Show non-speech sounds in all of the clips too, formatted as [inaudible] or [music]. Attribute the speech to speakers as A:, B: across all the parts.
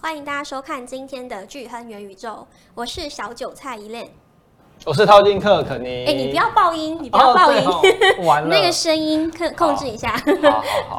A: 欢迎大家收看今天的巨亨元宇宙，我是小韭菜一恋。
B: 我是套丁克肯尼。
A: 哎、你不要爆音，你不要爆音，
B: 哦对哦完了
A: [laughs]
B: 哦
A: 那个声音控控制一下。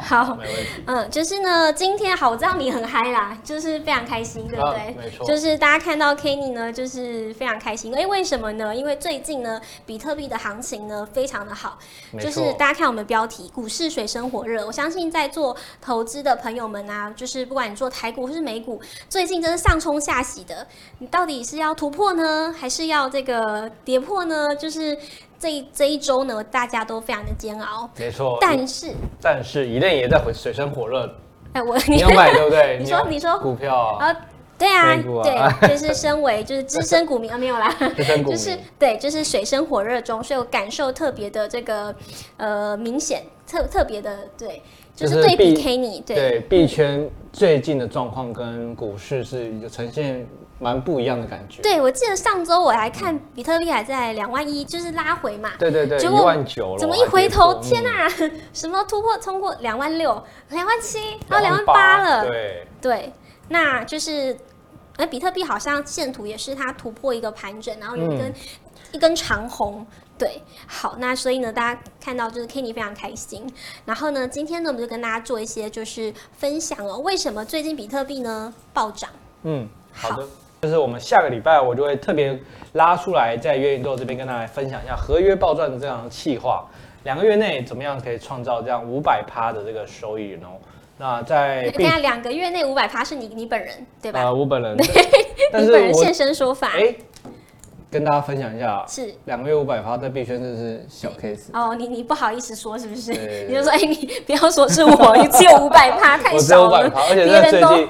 B: 好好好，
A: [laughs] 好
B: 没问题。
A: 嗯，就是呢，今天好，我知道你很嗨啦，就是非常开心，对不对？
B: 啊没错
A: 就是大家看到 Kenny 呢，就是非常开心。哎，为什么呢？因为最近呢，比特币的行情呢非常的好，
B: 没
A: 就
B: 错
A: 是大家看我们标题“股市水深火热”，我相信在做投资的朋友们啊，就是不管你做台股或是美股，最近真是上冲下洗的。你到底是要突破呢，还是要这个跌破呢？就是这一这一周呢，大家都非常的煎熬。
B: 没错。但
A: 但是，
B: 但是一恋也在水深火热，
A: 哎，我
B: 你要买对不对？
A: [laughs] 你说
B: 要
A: 你说
B: 股票啊，
A: 啊，对啊，
B: 仙姑啊
A: 对，就是身为就是资深股 [laughs] 民啊，没有啦，
B: 资深
A: 就
B: 股民
A: 是对，就是水深火热中，所以我感受特别的这个呃明显，特特别的对，就
B: 就是是
A: 对比
B: 避
A: K 你对。
B: 对币圈最近的状况跟股市是有呈现蛮不一样的感觉。
A: 对，我记得上周我还看比特币还在两万一，就是拉回嘛。
B: 对对对，
A: 结
B: 一
A: 果
B: 万九了，
A: 怎么
B: 我
A: 一
B: 还
A: 回
B: 跌
A: 头，
B: 破
A: 天！啊
B: 嗯
A: 哪、 [laughs] 什么突破冲过两万六、两万七，然后两万八
B: 28
A: 了。
B: 对，
A: 对，那就是，而比特币好像线图也是它突破一个盘整，然后有一
B: 嗯
A: 根、一根长红。对，好，那所以呢，大家看到就是 Kenny 非常开心。然后呢，今天呢，我们就跟大家做一些就是分享哦，为什么最近比特币呢暴涨？
B: 嗯，好
A: 好
B: 的。就是我们下个礼拜，我就会特别拉出来，在元宇宙这边跟大家分享一下合约暴赚的这样的计划，两个月内怎么样可以创造这样五百趴的这个收益呢？那在
A: 等一下两个月内五百趴是你你本人对吧？
B: 哎啊，我本
A: [laughs]
B: 人，但
A: 你
B: 是
A: 本人
B: 我
A: 现身说法、
B: 哎，跟大家分享一下，
A: 是
B: 两个月五百趴在币圈这是小 case，
A: 哦，你你不好意思说是不是？
B: 对
A: 你就说哎、你不要说是我，你只有五百趴，太
B: [laughs] 我只有
A: 少
B: 五
A: 了
B: 百趴，，而且
A: 别
B: 在
A: 人
B: 最
A: 都
B: 近，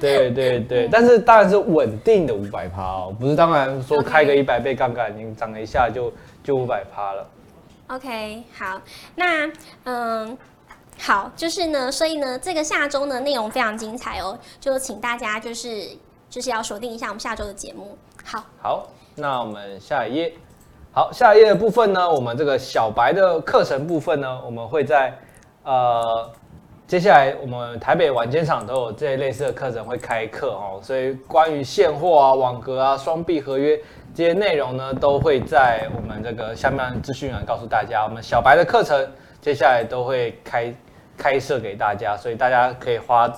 B: [laughs] 对对对，但是当然是稳定的五百趴哦，不是当然说
A: OK
B: 开个一百倍杠杆，你涨了一下就就五百趴了。
A: OK，好，那嗯。好，就是呢，所以呢，这个下周呢内容非常精彩哦，就请大家就是就是要锁定一下我们下周的节目。好，
B: 好，那我们下一页。好，下一页的部分呢，我们这个小白的课程部分呢，我们会在呃，接下来我们台北晚间场都有这类似的课程会开课哦，所以关于现货啊、网格啊、双币合约这些内容呢，都会在我们这个下面资讯栏告诉大家。我们小白的课程接下来都会开开设给大家，所以大家可以花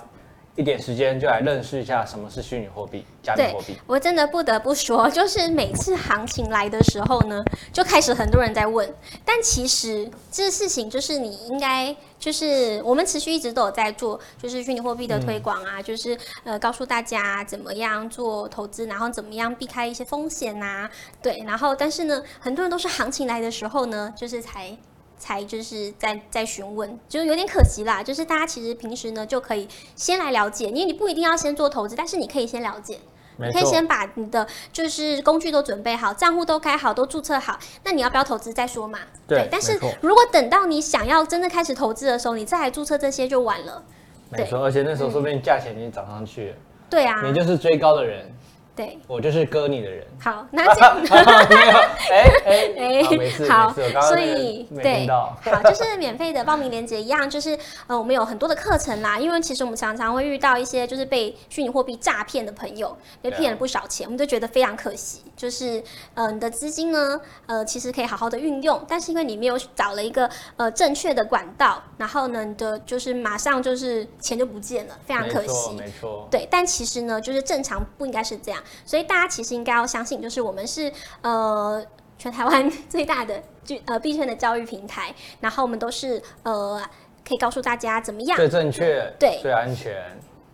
B: 一点时间就来认识一下什么是虚拟货币、加密
A: 对
B: 货币。
A: 我真的不得不说， [laughs] 就是每次行情来的时候呢，就开始很多人在问，但其实这事情就是你应该就是我们持续一直都有在做，就是虚拟货币的推广啊，就是呃告诉大家怎么样做投资，然后怎么样避开一些风险呐、对，然后但是呢，很多人都是行情来的时候呢，就是才才就是在在询问，就是有点可惜啦。就是大家其实平时呢就可以先来了解，因为你不一定要先做投资，但是你可以先了解。
B: 没
A: 你
B: 错。
A: 可以先把你的就是工具都准备好，账户都开好，都注册好。那你要不要投资再说嘛？
B: 对
A: 但是
B: 没错
A: 如果等到你想要真正开始投资的时候，你再来注册这些就晚了。
B: 没错，而且那时候说不定价钱已经涨上去了，
A: 对嗯啊，
B: 你就是追高的人，
A: 对。
B: 我就是割你
A: [laughs]
B: 的人。 [laughs]
A: 好，那这样
B: 没有，哎哎，好没事没事，
A: 好
B: 我刚，刚
A: 所
B: 那个
A: 以
B: 没
A: 对
B: 听，到。
A: 好，就是免费的报名链接一样，就是呃，我们有很多的课程啦，因为其实我们常常会遇到一些就是被虚拟货币诈骗的朋友，被
B: 对啊
A: 骗了不少钱，我们就觉得非常可惜。就是呃，你的资金呢，呃，其实可以好好的运用，但是因为你没有找了一个呃正确的管道，然后呢，你的就是马上就是钱就不见了，非常
B: 没
A: 可
B: 错
A: 惜。
B: 没错，
A: 对，但其实呢，就是正常不应该是这样，所以大家其实应该要相信，就是我们是呃全台湾 [laughs] 最大的就呃币圈的教育平台，然后我们都是呃可以告诉大家怎么样
B: 最正确，
A: 对
B: 最安全。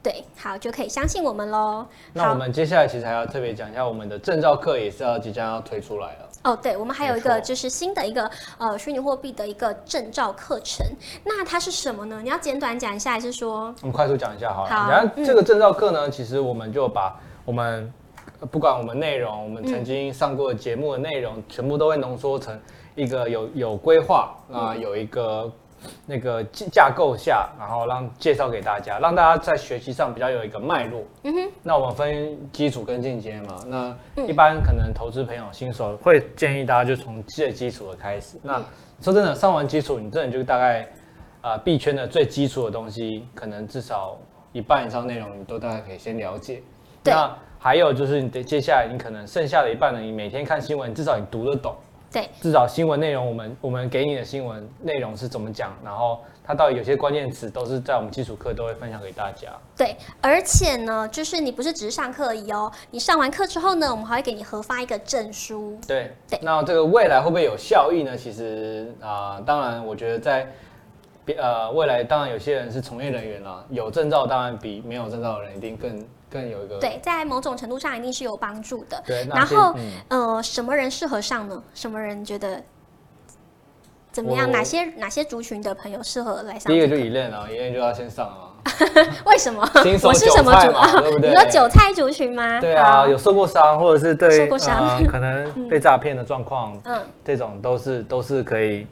A: 对，好就可以相信我们喽。
B: 那我们接下来其实还要特别讲一下，我们的证照课也是要即将要推出来了。
A: 哦，对，我们还有一个
B: 没错
A: 就是新的一个呃虚拟货币的一个证照课程，那它是什么呢？你要简短讲一下，还是说
B: 我们快速讲一下好了。
A: 好
B: 然后这个证照课呢，其实我们就把我们呃不管我们内容，我们曾经上过节目的内容，全部都会浓缩成一个有有规划啊、有一个那个架架构下，然后让介绍给大家，让大家在学习上比较有一个脉络。嗯哼。嗯那我们分基础跟进阶嘛，那一般可能投资朋友新手会建议大家就从最基础的开始。那说真的，上完基础，你真的就大概。啊，币圈的最基础的东西，可能至少一半以上内容你都大概可以先了解。
A: 对
B: 那还有就是你得接下来你可能剩下的一半呢，你每天看新闻，至少你读得懂。
A: 对，
B: 至少新闻内容，我们我们给你的新闻内容是怎么讲，然后它到底有些关键词都是在我们基础课都会分享给大家。
A: 对，而且呢，就是你不是只是上课而已哦，你上完课之后呢，我们还会给你核发一个证书。
B: 对，
A: 对
B: 那这个未来会不会有效益呢？其实啊、当然，我觉得在别呃未来，当然有些人是从业人员啦，有证照当然比没有证照的人一定更更有一个
A: 对，在某种程度上一定是有帮助的。
B: 对那
A: 然
B: 先
A: 后
B: 嗯，
A: 呃，什么人适合上呢？什么人觉得怎么样？
B: 我
A: 哪些哪些族群的朋友适合来上
B: 第一
A: 这
B: 个
A: 个？
B: 就一练啊，一练就要先上啊。
A: 为什么
B: 新？手
A: 我是
B: 韭
A: 什么
B: 菜
A: 族
B: 嘛
A: 啊？
B: 对不
A: 你
B: 对
A: 说韭菜族群吗？
B: 对啊，
A: 好
B: 有受过伤，或者是对
A: 受过伤 [laughs]
B: 呃可能被诈骗的状况，
A: 嗯
B: 这种都是都是可以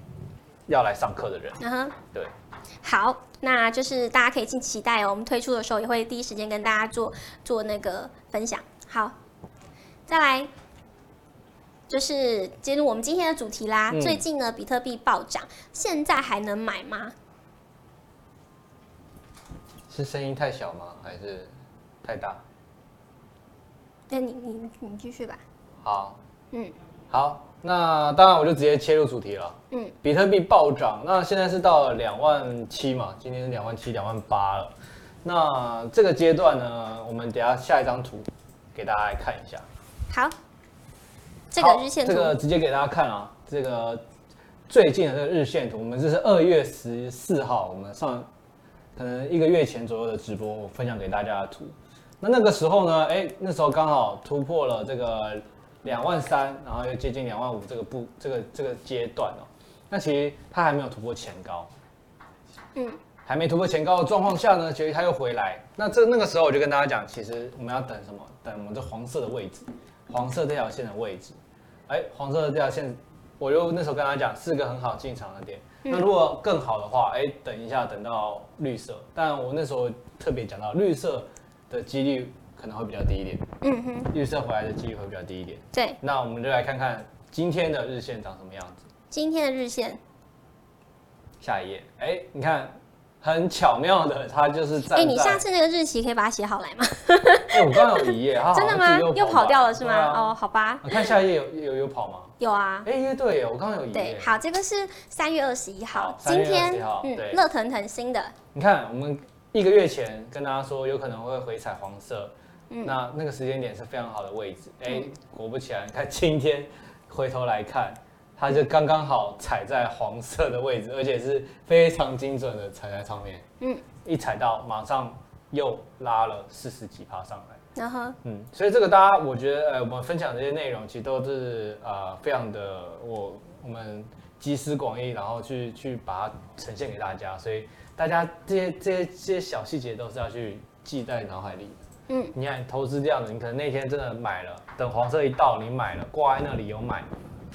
B: 要来上课的人。
A: 嗯哼，
B: 对，
A: 好，那就是大家可以敬请期待哦。我们推出的时候也会第一时间跟大家做做那个分享。好，再来就是进入我们今天的主题啦。
B: 嗯
A: 最近呢，比特币暴涨，现在还能买吗？
B: 是声音太小吗？还是太大？
A: 那你你你继续吧。
B: 好，
A: 嗯
B: 好，那当然我就直接切入主题了。
A: 嗯，
B: 比特币暴涨，那现在是到了两万七嘛，今天是两万七、两万八了。那这个阶段呢，我们等一下下一张图给大家来看一下。
A: 好，这
B: 好
A: 个日线图，
B: 这个直接给大家看啊，这个最近的这个日线图，我们这是二月十四号，我们上可能一个月前左右的直播，我分享给大家的图。那那个时候呢，哎、那时候刚好突破了这个两万三，然后又接近两万五这个步这个这个阶段哦、那其实它还没有突破前高，
A: 嗯，
B: 还没突破前高的状况下呢，其实它又回来。那这那个时候我就跟大家讲，其实我们要等什么？等我们这黄色的位置，黄色这条线的位置。哎，黄色的这条线，我就那时候跟他讲是个很好进场的点。那
A: 嗯
B: 如果更好的话，哎，等一下等到绿色。但我那时候特别讲到绿色的几率可能会比较低一点，
A: 嗯哼，
B: 绿色回来的几率会比较低一点。
A: 对，
B: 那我们就来看看今天的日线长什么样子。
A: 今天的日线，
B: 下一页，哎，你看，很巧妙的，它就是站
A: 哎、
B: 在。
A: 你下次那个日期可以把它写好来吗？
B: 哎、我刚刚有一页，
A: [laughs]
B: 它好
A: 真
B: 像
A: 的吗
B: 自己？
A: 又跑掉了是吗？
B: 对啊、
A: 哦，好吧，
B: 我看下一页有有有跑吗？
A: 有啊。
B: 哎、耶，对耶，我刚刚有一
A: 对
B: 页，。
A: 好，这个是三月二十一号
B: 好，3
A: 今
B: 月
A: 天
B: 21号对
A: 热腾腾新的，
B: 你看，我们一个月前跟大家说有可能会回踩黄色，
A: 嗯
B: 那那个时间点是非常好的位置。哎、果不其然，你看今天回头来看，它就刚刚好踩在黄色的位置，而且是非常精准的踩在上面。
A: 嗯，
B: 一踩到马上又拉了四十几趴上来。
A: 然后
B: 嗯，所以这个大家，我觉得呃，我们分享这些内容其实都是呃非常的我我们集思广益，然后去去把它呈现给大家，所以大家这些这些这些小细节都是要去记在脑海里的。
A: 嗯，
B: 你看投资这样子，你可能那天真的买了，等黄色一到你买了，挂在那里有买，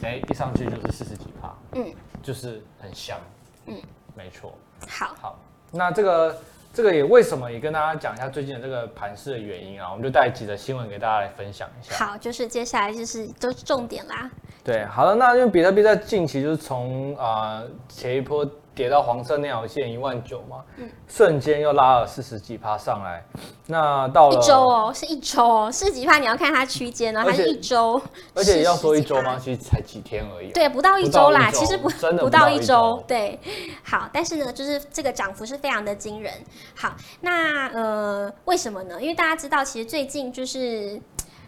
B: 哎，一上去就是四十几趴，
A: 嗯，
B: 就是很香，
A: 嗯，
B: 没错。
A: 好，
B: 好，那这个这个也为什么也跟大家讲一下最近的这个盘势的原因啊，我们就带几则新闻给大家来分享一下。
A: 好，就是接下来就是都是重点啦，
B: 对，好了，那因为比特币在近期就是从啊、呃前一波跌到黄色那条线一万九嘛，
A: 嗯
B: 瞬间又拉了四十几趴上来，那到了
A: 一周哦，是一周哦，四级趴你要看它区间哦，
B: 而
A: 它
B: 且
A: 是一周，
B: 而且要说
A: 40
B: 一
A: 几
B: 周
A: 趴
B: 吗？？其实才几天而已。啊
A: 对，不到一
B: 不到
A: 周啦，
B: 一周
A: 其实不
B: 真的
A: 不
B: 不到
A: 到
B: 一
A: 一
B: 周
A: 周，对，好，但是呢，就是这个涨幅是非常的惊人。好，那呃，为什么呢？因为大家知道，其实最近就是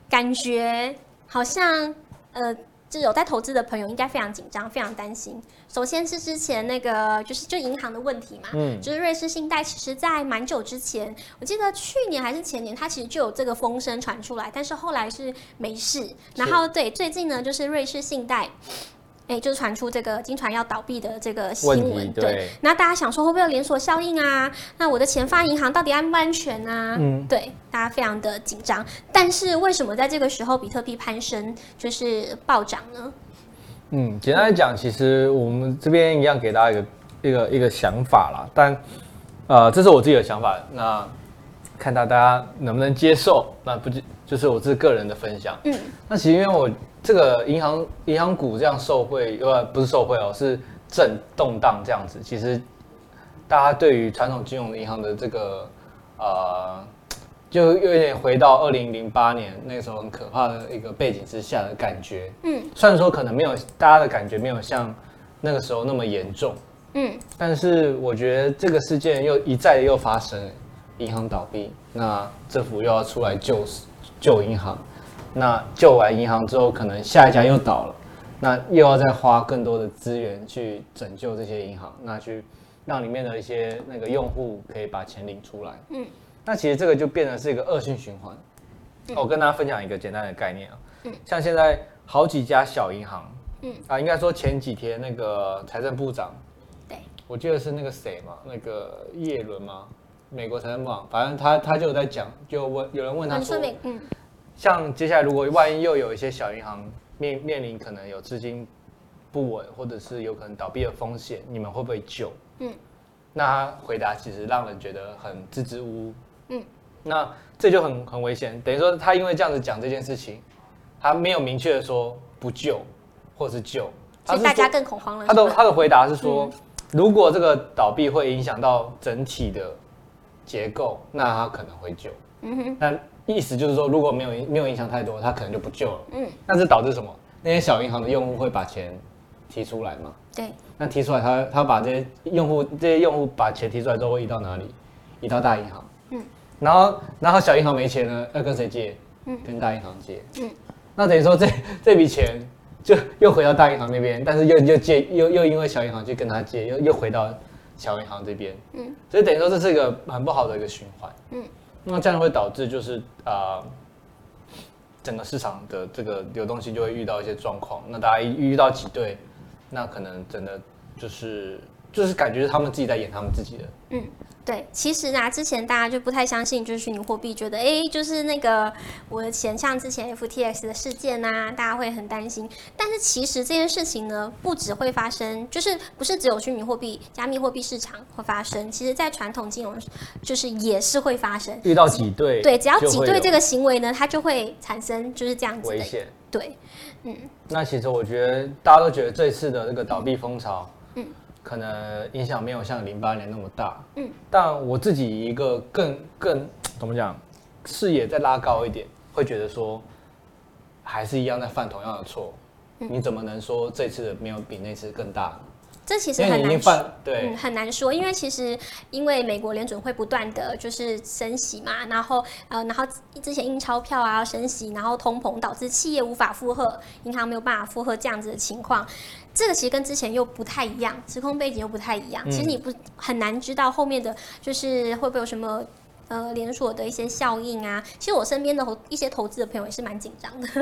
A: 感觉好像呃，就有在投资的朋友应该非常紧张，非常担心。首先是之前那个就是就银行的问题嘛，
B: 嗯
A: 就是瑞士信贷，其实在蛮久之前，我记得去年还是前年，它其实就有这个风声传出来，但是后来是没事。然后对，最近呢，就是瑞士信贷。哎，就传出这个金船要倒闭的这个新
B: 问
A: 闻，
B: 题
A: 对
B: 对，
A: 那大家想说会不会有连锁效应啊？那我的钱放在银行到底安不安全啊？
B: 嗯
A: 嗯，对，大家非常的紧张。但是为什么在这个时候比特币攀升就是暴涨呢？
B: 嗯，简单来讲，其实我们这边一样给大家一个一个一个想法啦，但呃，这是我自己的想法，那看到大家能不能接受，那不就就是我自己个人的分享。
A: 嗯，
B: 那其实因为我这个银行银行股这样受惠，呃，不是受惠哦，是震动荡这样子，其实大家对于传统金融银行的这个呃，就有点回到二零零八年那时候很可怕的一个背景之下的感觉。
A: 嗯
B: 虽然说可能没有大家的感觉没有像那个时候那么严重，
A: 嗯，
B: 但是我觉得这个事件又一再又发生，银行倒闭，那政府又要出来救救银行，那救完银行之后，可能下一家又倒了，那又要再花更多的资源去拯救这些银行，那去让里面的一些那个用户可以把钱领出来，
A: 嗯
B: 嗯，那其实这个就变成是一个恶性循环。我跟大家分享一个简单的概念啊，像现在好几家小银行，
A: 嗯
B: 嗯啊，应该说前几天那个财政部长。
A: 对，
B: 我记得是那个谁嘛，那个叶伦嘛，美国财政部长，反正他他就有在讲，就问有人问他
A: 你
B: 说
A: 说，美，嗯
B: 像接下来如果万一又有一些小银行面面临可能有资金不稳，或者是有可能倒闭的风险，你们会不会救？
A: 嗯，
B: 那他回答其实让人觉得很支支吾吾。
A: 嗯，
B: 那这就很很危险，等于说他因为这样子讲这件事情，他没有明确的说不救或是救，他
A: 所
B: 是
A: 以大
B: 说
A: 家更恐慌了。嗯
B: 他
A: 是
B: 的
A: 吗
B: 他的回答是说，如果这个倒闭会影响到整体的结构，那他可能会救。
A: 嗯哼，
B: 那意思就是说，如果没有没有影响太多，他可能就不救了。
A: 嗯，
B: 那这导致什么？那些小银行的用户会把钱提出来嘛？
A: 对，
B: 那提出来他，他把这些用户这些用户把钱提出来之后会移到哪里？移到大银行。
A: 嗯。
B: 然后然后小银行没钱呢，要跟谁借？
A: 嗯
B: 跟大银行借。
A: 嗯。
B: 那等于说这这笔钱就又回到大银行那边，但是又又借又又因为小银行去跟他借，又又回到小银行这边。
A: 嗯。
B: 所以等于说这是一个很不好的一个循环。
A: 嗯。
B: 那这样会导致就是啊。呃整个市场的这个流动性就会遇到一些状况，那大家一遇到挤兑，那可能真的就是就是感觉是他们自己在演他们自己的，
A: 对，其实啊，之前大家就不太相信，就是虚拟货币，觉得哎、就是那个我的钱，像之前 FTX 的事件呐、大家会很担心。但是其实这件事情呢，不只会发生，就是不是只有虚拟货币、加密货币市场会发生，其实在传统金融就是也是会发生。
B: 遇到挤兑，
A: 对，只要挤兑这
B: 个
A: 个行为呢，它就会产生就是这样子
B: 危
A: 的。
B: 险。
A: 对，
B: 那其实我觉得大家都觉得这次的这个倒闭风潮，嗯，可能影响没有像零八年那么大，
A: 嗯
B: 嗯，但我自己一个更更怎么讲，视野再拉高一点，会觉得说，还是一样在犯同样的错，
A: 嗯
B: 你怎么能说这次的没有比那次更大呢？
A: 这其实
B: 因为
A: 很
B: 你已
A: 难
B: 经
A: 说。
B: 犯对
A: 嗯，，很难说，因为其实因为美国联准会不断的就是升息嘛，然后呃，然后之前印钞票啊升息，然后通膨导致企业无法负荷，银行没有办法负荷这样子的情况，这个其实跟之前又不太一样，时空背景又不太一样，
B: 嗯
A: 其实你不很难知道后面的就是会不会有什么。呃，连锁的一些效应啊，其实我身边的投一些投资的朋友也是蛮紧张的， [laughs]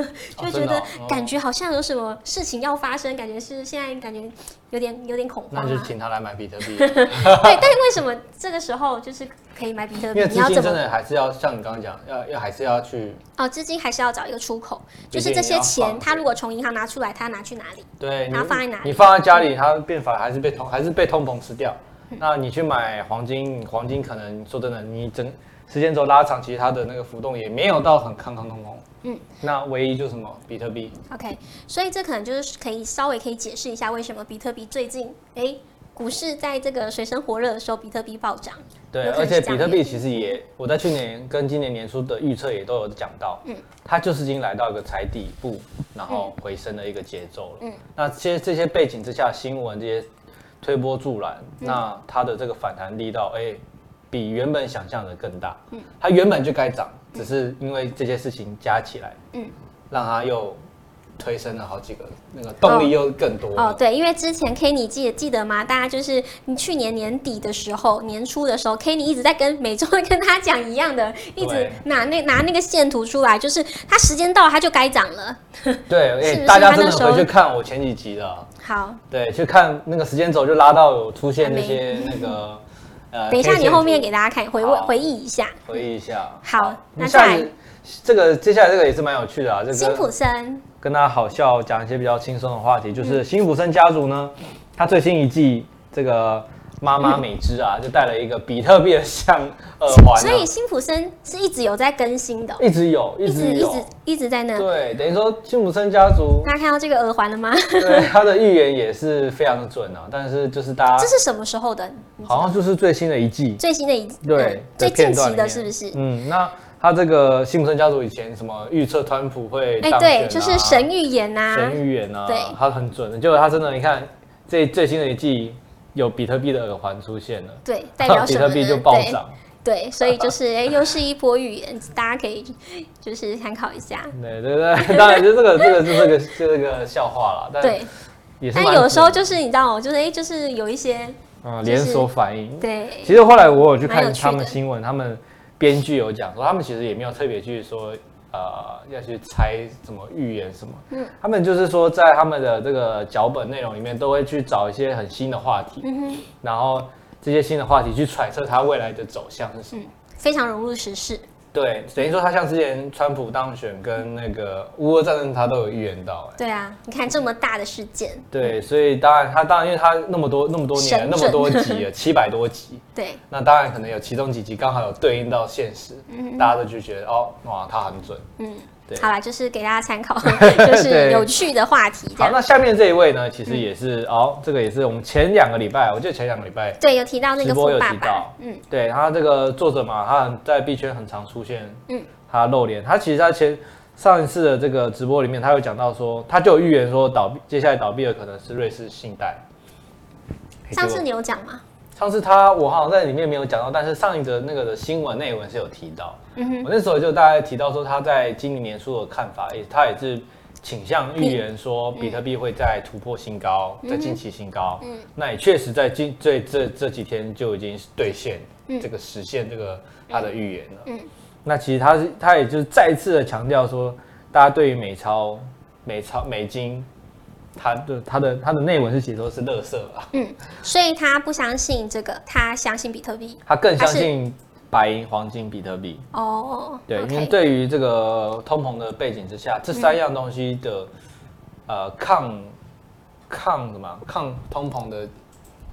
A: 就觉
B: 真的
A: 得
B: 哦哦
A: 感觉好像有什么事情要发生，感觉是现在感觉有点有点恐
B: 那
A: 慌
B: 就
A: 啊。
B: 请他来买比特币。 [laughs]
A: 对，但是为什么这个时候就是可以买比特
B: 因
A: 币
B: 为？
A: 呃你
B: 资
A: 要
B: 金
A: 怎
B: 真
A: 么？
B: 的还是要像你刚刚讲，要要还是要去
A: 哦，资金还是要找一个出口，就
B: 毕
A: 是
B: 竟
A: 这
B: 你
A: 些
B: 要
A: 钱，
B: 放
A: 他如果从银行拿出来，他拿去哪里？
B: 对，
A: 然后放在哪里
B: 你放在家里，它变法还是被通还是被通膨吃掉。
A: 嗯
B: 那你去买黄金，黄金可能说真的，你整时间轴拉长，其实它的那个浮动也没有到很抗通通膨。
A: 嗯
B: 嗯，那唯一就是什么比特币，
A: OK，所以这可能就是可以稍微可以解释一下为什么比特币最近哎股市在这个水深火热的时候，比特币暴涨。
B: 对，
A: 有可能
B: 而
A: 是
B: 且
A: 这样
B: 比特币其实也，我在去年跟今年年初的预测也都有讲到，
A: 嗯
B: 它就是已经来到一个踩底部，然后回升的一个节奏了。
A: 嗯
B: 那些这些背景之下，新闻这些推波助澜，
A: 嗯
B: 那它的这个反弹力道，哎、比原本想象的更大。嗯，它原本就该涨，只是因为这些事情加起来，
A: 嗯
B: 嗯，让它又推升了好几个，那个动力又更多了。
A: 哦，对，因为之前 Kenny 记得记得吗？大家就是你去年年底的时候，年初的时候，Kenny 一直在跟每周跟他讲一样的，一直
B: 对
A: 拿那拿那个线图出来，就是它时间到了，它就该涨了。
B: 对，哎、
A: 是不是
B: 大家
A: 它那
B: 真的
A: 时候
B: 回去看我前几集了啊。
A: 好，
B: 对，去看那个时间轴就拉到有出现那些那
A: [laughs]
B: 个呃，
A: 啊等一下，
B: K 线
A: 你后面
B: 图
A: 给大家看回味
B: 好
A: 回忆一下。
B: 回忆一下。
A: 好那
B: 那
A: 再
B: 下
A: 来
B: 一这个接下来这个也是蛮有趣的啊，这
A: 辛
B: 个
A: 普森，
B: 跟大家好笑
A: 嗯
B: 讲一些比较轻松的话题，就是辛普森家族呢，他最新一季这个。妈妈美芝
A: [laughs]
B: 啊，就带了一个比特币的项耳环、啊，
A: 所以辛普森是一直有在更新的哦、
B: 一直有，一直
A: 一
B: 有，
A: 直一直在那。
B: 对，等于说辛普森家族
A: 大家看到这个耳环了吗？
B: 对他的预言也是非常准啊，但是就是大家
A: 这是什么时候的？你知道
B: 好像就是最新的一季，
A: 最新的一
B: 对
A: 嗯最
B: 的片
A: 近
B: 段
A: 期
B: 里
A: 的
B: 面
A: 是不是？
B: 嗯，那他这个辛普森家族以前什么预测川普会
A: 哎、
B: 当选、啊
A: 对，就是神预言呐、
B: 神预言啊，
A: 对
B: 他很准的，结果他真的你看这最新的一季有比特币的耳环出现了，
A: 对，代表
B: [laughs] 比
A: 什么
B: 特
A: 呢？
B: 币就暴涨，
A: 对对，所以就是哎、又是一波预言，大家可以就是参考一下。
B: 对对对， [laughs] 当然就这个这个就这个就这个笑话啦，但
A: 对，
B: 也是
A: 但
B: 蛮
A: 有时候
B: 准
A: 就是你知道哦，就是哎、就是有一些
B: 嗯
A: 就是
B: 连锁反应，
A: 对
B: 其实后来我有去
A: 蛮有
B: 看
A: 趣
B: 他们
A: 的
B: 新闻，他们编剧有讲说，他们其实也没有特别去说呃要去猜什么预言什么，嗯，他们就是说在他们的这个脚本内容里面都会去找一些很新的话题，
A: 嗯
B: 然后这些新的话题去揣测它未来的走向是什么。
A: 非常融入时事，
B: 对，等于说他像之前川普当选跟那个乌俄战争，他都有预言到、哎
A: 对啊，你看这么大的事件，
B: 对，所以当然他当然因为他那么多那么多年了
A: 神
B: 那么多
A: 准 [laughs]
B: 集了，七百多集，
A: 对
B: 那当然可能有其中几集刚好有对应到现实，
A: 嗯
B: 大家都就觉得哦，哇，他很准。对
A: 好啦，就是给大家参
B: [laughs]
A: 考，就
B: 对
A: 是有趣的话题这
B: 好，
A: 样。
B: 那下面这一位呢，其实也是、哦，这个也是我们前两个礼拜，我记得前两个礼拜
A: 对，有提到那
B: 直
A: 个
B: 播
A: 富
B: 有
A: 爸
B: 提
A: 爸
B: 到，，
A: 嗯，
B: 对他这个作者嘛，他很在币圈很常出现，
A: 嗯
B: 他露脸，他其实他前上一次的这个直播里面，他有讲到说，他就有预言说倒闭，接下来倒闭的可能是瑞士信贷。诶
A: 上
B: 结
A: 次
B: 果
A: 你有讲吗？
B: 上次他我好像在里面没有讲到，但是上一则那个的新闻内文是有提到。
A: 嗯哼，嗯
B: 我那时候就大概提到说他在今年年初的看法，也他也是倾向预言说比特币会再突破新高，
A: 嗯
B: 在近期新高。那也确实在今这这这几天就已经兑现、这个实现这个他的预言了。
A: 嗯
B: 那其实他是他也就是再次的强调说，大家对于美钞、美钞、美金，他的他的他的内文是写说是垃圾啊，
A: 嗯所以他不相信这个，他相信比特币。
B: 他更
A: 他
B: 相
A: 是
B: 信白银、黄金、比特币。
A: 哦，
B: 对，因为
A: OK，嗯
B: 对于这个通膨的背景之下，这三样东西的、呃抗抗什么啊抗通膨的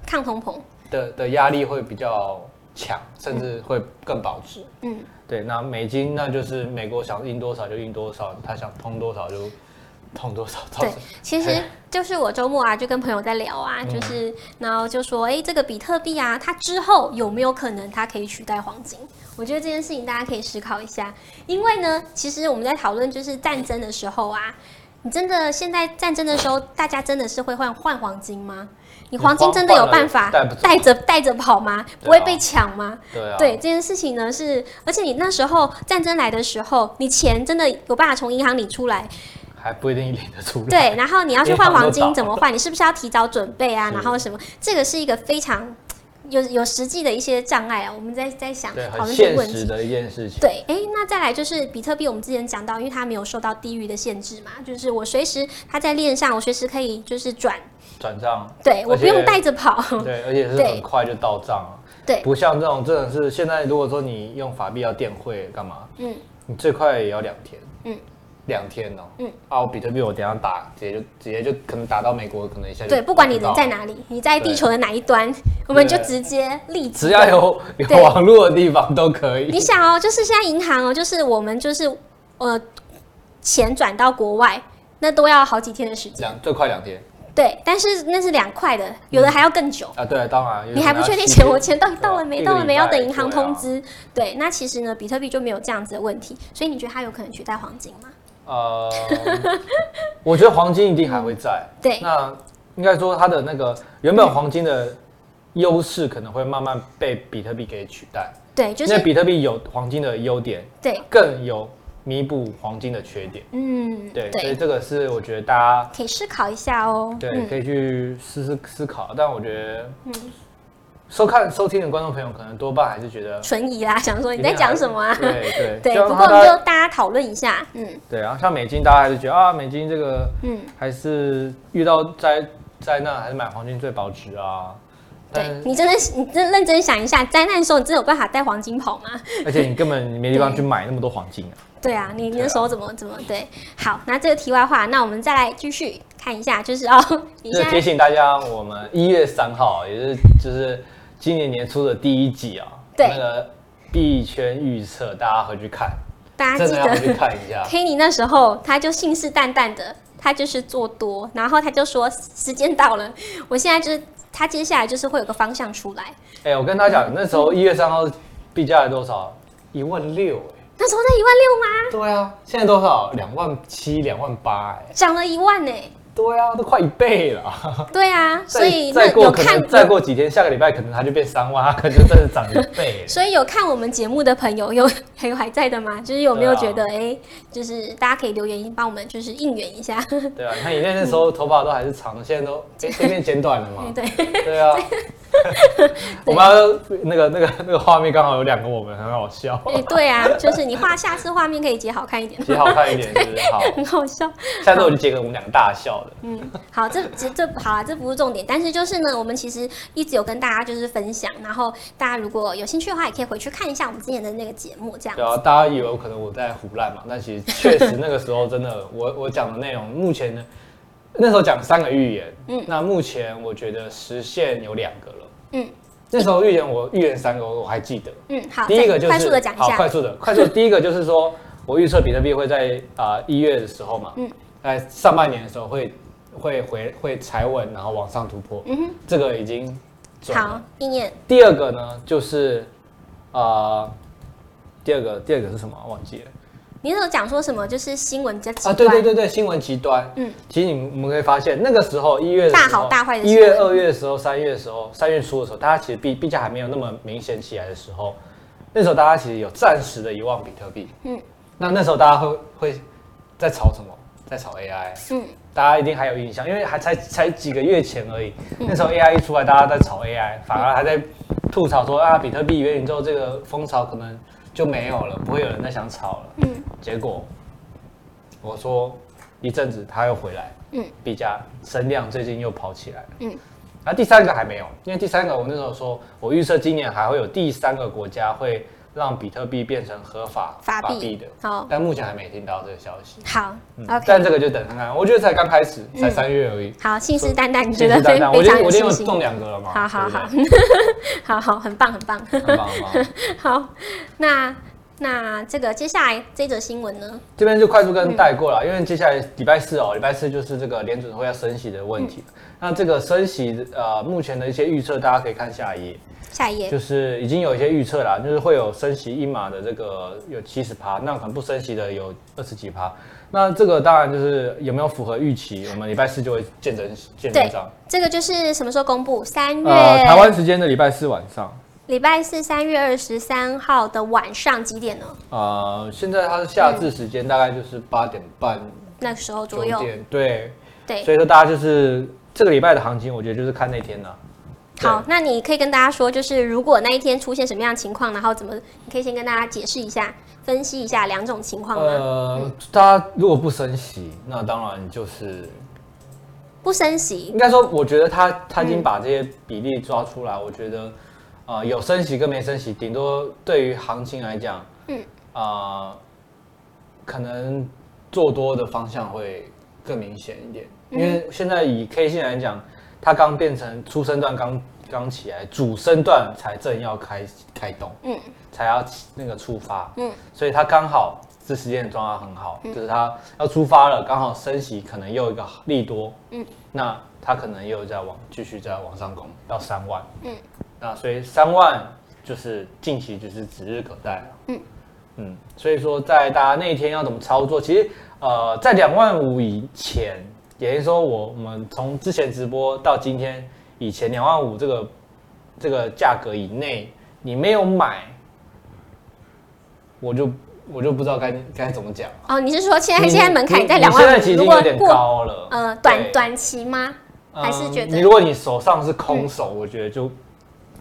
A: 抗通膨，
B: 的的压力会比较强，甚至会更保值。
A: 嗯，
B: 对，那美金那就是美国想印多少就印多少，他想通多少就通多少，造
A: 对
B: 成，
A: 其实
B: 哎嗯
A: 就是我周末啊，就跟朋友在聊啊，就是然后就说，哎，这个比特币啊，它之后有没有可能它可以取代黄金？我觉得这件事情大家可以思考一下，因为呢，其实我们在讨论就是战争的时候啊，你真的现在战争的时候，大家真的是会换换黄金吗？你
B: 你
A: 黄金
B: 换
A: 真的有
B: 换了
A: 办
B: 也
A: 法
B: 带不走
A: 带着带着跑吗？不
B: 对
A: 会
B: 啊
A: 被抢吗？
B: 对啊，
A: 对这件事情呢是，而且你那时候战争来的时候，你钱真的有办法从银行里出来，
B: 还不一定领得 [laughs] 出来。
A: 对，然后你要去
B: 银
A: 换
B: 行都
A: 黄
B: 倒
A: 金怎么换？你是不是要提早准备啊？
B: 是
A: 然后什么？这个是一个非常有有实际的一些障碍啊，我们在在想
B: 对，
A: 讨论
B: 很
A: 这个
B: 现
A: 问
B: 实
A: 题。
B: 的一件事情。
A: 对，哎，那再来就是比特币，我们之前讲到，因为它没有受到地域的限制嘛，就是我随时它在链上，我随时可以就是转，
B: 转账，
A: 对我
B: 而
A: 不用
B: 且
A: 带着跑，
B: 对，而且是
A: 对
B: 很快就到账了。
A: 对
B: 不像这种真的是现在，如果说你用法币要电汇干嘛，
A: 嗯，
B: 你最快也要两天，
A: 嗯，
B: 两天哦，
A: 嗯，
B: 啊，我比特币我等一下打，直接就直接就可能打到美国，可能一下就
A: 对，不管你人在
B: 打
A: 哪里，你在地球的哪一端，我们就
B: 对
A: 直接立即
B: 不到，只要有有
A: 对
B: 网络的地方都可 [laughs]
A: 你
B: 以。
A: 想哦，就是现在银行哦，就是我们就是呃钱转到国外，那都要好几天的时间。
B: 两最快两天
A: 对，但是那是两块的，有的还要更久。
B: 啊，对，当然有
A: 你还
B: 可
A: 不
B: 能要
A: 确定
B: 七
A: 钱
B: 天
A: 我钱到底
B: 对
A: 到了
B: 一
A: 没，
B: 个
A: 到了
B: 礼
A: 没，要
B: 拜
A: 等银行
B: 对啊
A: 通知。对，那其实呢，比特币就没有这样子的问题，所以你觉得它有可能取代黄金吗？
B: 呃，我觉得黄金一定还会在。
A: 对
B: 那应该说它的那个原本黄金的优势可能会慢慢被比特币给取代，
A: 对，就
B: 因为
A: 是
B: 比特币有黄金的优点，
A: 对，
B: 更有弥补黄金的缺点。
A: 嗯，
B: 对，所以这个是我觉得大家
A: 可以思考一下哦。
B: 对
A: 嗯
B: 可以去思思思考，但我觉得，收看收听的观众朋友可能多半还是觉得
A: 存疑啦，想说
B: 一
A: [laughs] 你
B: 定
A: 在
B: 还
A: 讲什么啊？
B: 对
A: [laughs]
B: 对，
A: 对，
B: 就
A: 不
B: 像
A: 过
B: 他
A: 我们就大家讨论一下。嗯
B: 对，然后像美金，大家还是觉得啊，美金这个
A: 嗯，
B: 还是遇到灾灾难，还是买黄金最保值啊。但
A: 对你真的，你真的认真想一下，灾难的时候你真的有办法带黄金跑吗？
B: 而且你根本没地方去买那么多黄金啊。
A: [laughs] 对啊，你你
B: 对啊
A: 的手怎么怎么对？好，那这个题外话，那我们再来继续 [laughs] 看一下，就是哦，你现
B: 就是提
A: 在
B: 啊醒大家，我们一月三号，也就是就是今年年初的第一季啊，
A: 对
B: 那个币圈预测，大家回去看，
A: 大家
B: 真
A: 啊记
B: 的要回去
A: 得
B: 看一下。
A: Kenny 那时候他就信誓旦旦的，他就是做多，然后他就说时间到了，我现在就是他接下来就是会有个方向出来。
B: 哎、我跟他讲，那时候一月三号币价是多少？一万六、哎，
A: 那时候在一万六吗？
B: 对啊，现在多少？两万七、两万八，哎，
A: 涨了一万呢、
B: 对啊，都快一倍了。
A: 对啊，所以
B: 再
A: 那
B: 再过
A: 有
B: 可
A: 看。
B: 能再过几天，下个礼拜可能它就变三万，它可能就真的涨一倍
A: [laughs] 所以有看我们节目的朋友有 [laughs] 还有还在的吗？就是有没有
B: 对啊
A: 觉得哎、诶就是大家可以留言帮我们就是应援一下，
B: [laughs] 对啊，你看你那那时候头发都还是长的，现
A: [laughs]
B: 在都哎渐渐剪短了嘛。
A: 对，
B: 对
A: [laughs]
B: 啊，我们要那个那个那个画面刚好有两个我们，很
A: [laughs]
B: 好笑，
A: 哎对啊，就是你画下次画面可以截好看一
B: [laughs]
A: 点，
B: 其实好看一点，是不是？好，
A: 很好笑。
B: 下次我就截给我们两个大笑的。
A: 嗯，好，这这这好啊，这不是重点，但是就是呢，我们其实一直有跟大家就是分享，然后大家如果有兴趣的话，也可以回去看一下我们之前的那个节目，这样。
B: 对啊，大家以为可能我在胡乱嘛，但其实确实那个时候
A: [laughs]
B: 真的，我我讲的内容，目前呢，那时候讲三个预言，
A: 嗯
B: 那目前我觉得实现有两个了，
A: 嗯
B: 那时候预言我预言三个，我我还记得，
A: 嗯，好，
B: 第一个
A: 再
B: 就是
A: 快速的讲一
B: 好，快
A: 下，
B: 速的，快速的。第一个就是说，我预测比特币会在啊一、月的时候嘛，
A: 嗯
B: 嗯，在上半年的时候会会回会踩稳，然后往上突破，
A: 嗯哼，
B: 这个已经准
A: 好
B: 了。，
A: 应验
B: 第二个呢，就是呃，第二个第二个是什么？忘记了
A: 你那时候讲说什么？就是新闻比较极
B: 啊！
A: 端，
B: 对对对对，新闻极端。
A: 嗯
B: 嗯，其实你们我们可以发现，那个时候一月的
A: 大
B: 时候
A: 好大坏的
B: 一
A: 新闻
B: 月、二月的时候、三月的时候、三月初的时候，大家其实币币价还没有那么明显起来的时候，那时候大家其实有暂时的遗忘比特币。
A: 嗯
B: 那那时候大家会会在炒什么？在炒 AI，
A: 嗯，
B: 大家一定还有印象，因为还才才几个月前而已。
A: 嗯
B: 那时候 AI 一出来，大家在炒 AI，反而还在吐槽说啊，比特币元宇宙这个风潮可能就没有了，不会有人在想炒了。
A: 嗯
B: 结果我说一阵子它又回来，
A: 嗯
B: 币价升量最近又跑起来了。
A: 嗯
B: 然后第三个还没有，因为第三个我那时候说，我预测今年还会有第三个国家会让比特币变成合法
A: 法币
B: 的，
A: 好
B: 但目前还没听到这个消息。
A: 好
B: 嗯
A: ，OK，
B: 但这个就等看看，我觉得才刚开始，才三月而已。
A: 好，信誓旦旦，你觉
B: 信
A: 得
B: 誓
A: 非
B: 旦旦，我
A: 非
B: 今
A: 常
B: 天
A: 有
B: 我今天
A: 信
B: 有
A: 心，
B: 中两个了嘛？
A: 好好好
B: 对不
A: [laughs] 好好，很棒很棒， [laughs]
B: 对很棒很棒。
A: 好，那那这个接下来这则新闻呢？
B: 这边就快速
A: 嗯
B: 跟带过了，因为接下来礼拜四哦，礼拜四就是这个联准会要升息的问题。
A: 嗯
B: 那这个升息呃，目前的一些预测，大家可以看下一页。
A: 下一页，
B: 就是已经有一些预测啦，就是会有升息一码的这个有七十趴，那可能不升息的有二十几趴。那这个当然就是有没有符合预期，我们礼拜四就会见真见真
A: 对
B: 章。，
A: 这个就是什么时候公布？三月、
B: 呃，台湾时间的礼拜四晚上，
A: 礼拜四三月二十三号的晚上几点呢？
B: 呃，现在它的夏至时间大概就是八点半
A: 那个时候
B: 九
A: 左右。哎
B: 点，对，
A: 对，
B: 所以说大家就是这个礼拜的行情，我觉得就是看那天啦。对
A: 好，那你可以跟大家说，就是如果那一天出现什么样的情况，然后怎么，你可以先跟大家解释一下，分析一下两种情况吗？
B: 呃，大家如果不升息，那当然就是
A: 不升息
B: 应，该说，我觉得他他已经
A: 嗯
B: 把这些比例抓出来，我觉得，呃，有升息跟没升息，顶多对于行情来讲，
A: 嗯
B: 嗯，啊，可能做多的方向会更明显一点，因
A: 嗯
B: 为现在以 K 线来讲，它刚变成初升段刚刚起来，主升段才正要开开动，
A: 嗯
B: 才要起那个出发，
A: 嗯
B: 所以它刚好这时间状况很好，就是它要出发了，刚好升息可能又有一个利多，
A: 嗯
B: 嗯，那它可能又在往继续在往上攻到三万，
A: 嗯
B: 嗯，那所以三万就是近期就是指日可待了，
A: 嗯
B: 嗯嗯，所以说在大家那一天要怎么操作，其实呃在两万五以前，也就是说我我们从之前直播到今天以前两万五这个这个价格以内，你没有买，我就我就不知道该该怎么讲。
A: 哦，你是说现在
B: 你
A: 现在门槛在
B: 你
A: 两
B: 你现在
A: 万
B: 其
A: 五，如
B: 实已经
A: 果
B: 有点
A: 过
B: 高了。
A: 呃
B: 哦对
A: 短，短期吗？
B: 嗯
A: 还是觉得
B: 你如果你手上是空手，我觉得就